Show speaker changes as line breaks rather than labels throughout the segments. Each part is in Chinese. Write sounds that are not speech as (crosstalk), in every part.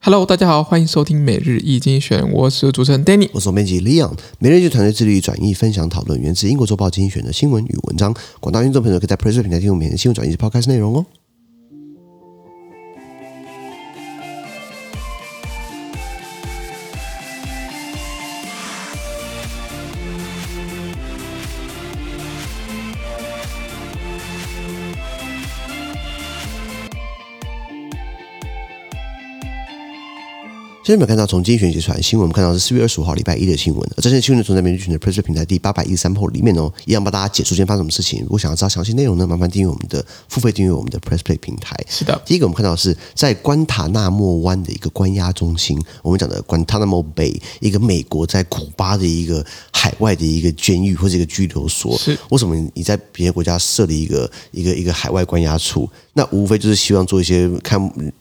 Hello，大家好，欢迎收听每日易精选，我是主持人 Danny。
我是总编辑 Leon，每日剧团队致力于转译、分享、讨论源自英国《周报》精选的新闻与文章。广大听众朋友可以在 Press 平台听我们每天的新闻转译及 Podcast 内容哦。现在没有看到从精选集出来的新闻，我们看到是四月二十五号礼拜一的新闻，而这些新闻呢存在每日剧团的 Press 平台第八百一十三铺里面哦，一样帮大家解说今天发生什么事情。如果想要知道详细内容呢，麻烦订阅我们的付费订阅我们的 Press Play 平台。
是的，
第一个我们看到的是在关塔那莫湾的一个关押中心，我们讲的 Guantanamo Bay，一个美国在古巴的一个海外的一个监狱或者一个拘留所。
是
为什么你在别的国家设立一个一个一个海外关押处？那无非就是希望做一些看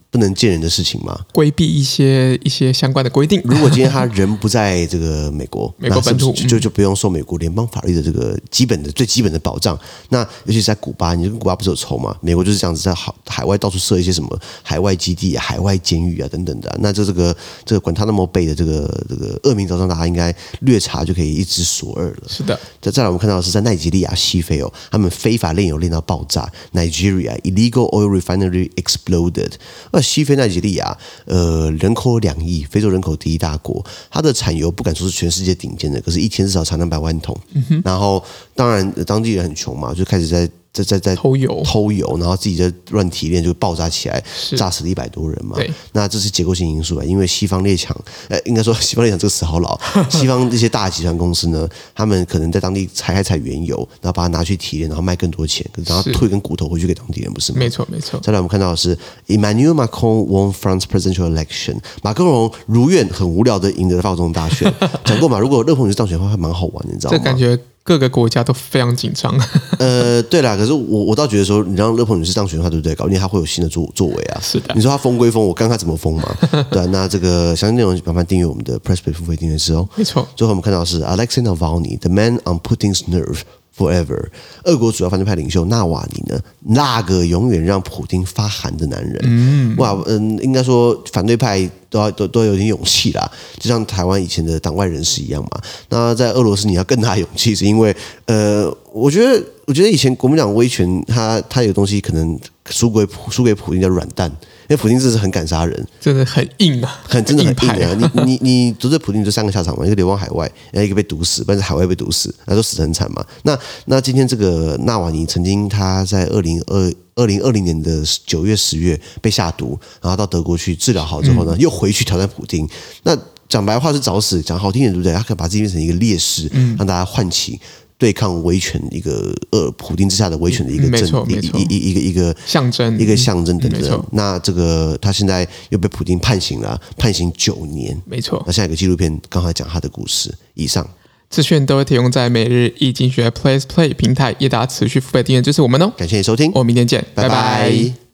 不能见人的事情嘛。
规避一些一些相关的规定。
如果今天他人不在这个美国，
(laughs) 美国
那是不是
本土嗯
就就就不用受美国联邦法律的这个基本的最基本的保障。那尤其是在古巴，你跟古巴不是有仇嘛？美国就是这样子，在海海外到处设一些什么海外基地、啊、海外监狱啊等等的啊、那这这个这个管他那么背的这个这个恶名昭彰，大家应该略查就可以一知所二了。
是的，
再再来，我们看到的是在奈及利亚西非哦，他们非法炼油炼到爆炸，Nigeria illegal oil refinery exploded。那西非奈及利亚，呃，人口两亿，非洲人口第一大国，它的产油不敢说是全世界顶尖的，可是一天至少产两百万桶。然后，当然呃当地人很穷嘛，就开始在在在在
偷油
偷油，然后自己在乱提炼就爆炸起来，炸死了一百多人嘛
对。
那这是结构性因素啊，因为西方列强，呃，应该说西方列强这个词
(laughs)
好老，西方这些大集团公司呢，他们可能在当地采开采原油，然后把它拿去提炼，然后卖更多钱，可是然后
是
退根骨头回去给当地人，不是吗？
没错没错，
再来，我们看到的是 Emmanuel Macron won France presidential election。马克龙如愿很无聊的赢得了法国总统大
(laughs)
选。讲过嘛，如果热捧你当选的话，还蛮好玩的，你知道
这
吗？
感觉各个国家都非常紧张。 (laughs)
呃，对啦，可是我我倒觉得说，你让热捧女士当选的话，对不对？搞不定她会有新的作作为啊。
(laughs) 是的
你说她疯归疯，我看她怎么疯嘛。对、啊，那这个详细内容麻烦订阅我们的 Press Play 付费订阅制哦。
没错，
最后我们看到的是 Alexei Navalny，the man on Putin's nerve。Forever，俄国主要反对派领袖纳瓦尼呢，那个永远让普丁发寒的男人，嗯，哇，嗯，应该说反对派都要都都有点勇气啦，就像台湾以前的党外人士一样嘛。那在俄罗斯你要更大勇气，是因为呃，我觉得我觉得以前国民党威权他他有东西可能输给普输给普丁叫软蛋，因为普丁真的是很敢杀人，
真的很硬啊，
很真的很
硬
硬
派啊。
啊！你你你得罪普京就三个下场嘛，一个流亡海外，然后一个被毒死，但是海外被毒死，那都死得很惨嘛。那那今天这个纳瓦尼曾经他在二零二二零二零年的九月十月被下毒，然后到德国去治疗好之后呢，
嗯
又回去挑战普京。那讲白话是找死，讲好听点对不对？他可以把自己变成一个烈士，
嗯
让大家唤起。对抗威权一个呃，普京之下的威权的一个
嗯没
政
错
一
没错
一一一个一个
象征
一个象征等
嗯没
等
错。
那这个他现在又被普京判刑了，判刑九年。
没错
那，下一个纪录片刚才讲他的故事。以上，
资讯都会提供在每日易经学 Play Play 平台，也大家持续付费订阅支持我们哦。
感谢你收听，
我们明天见，拜
拜
拜
拜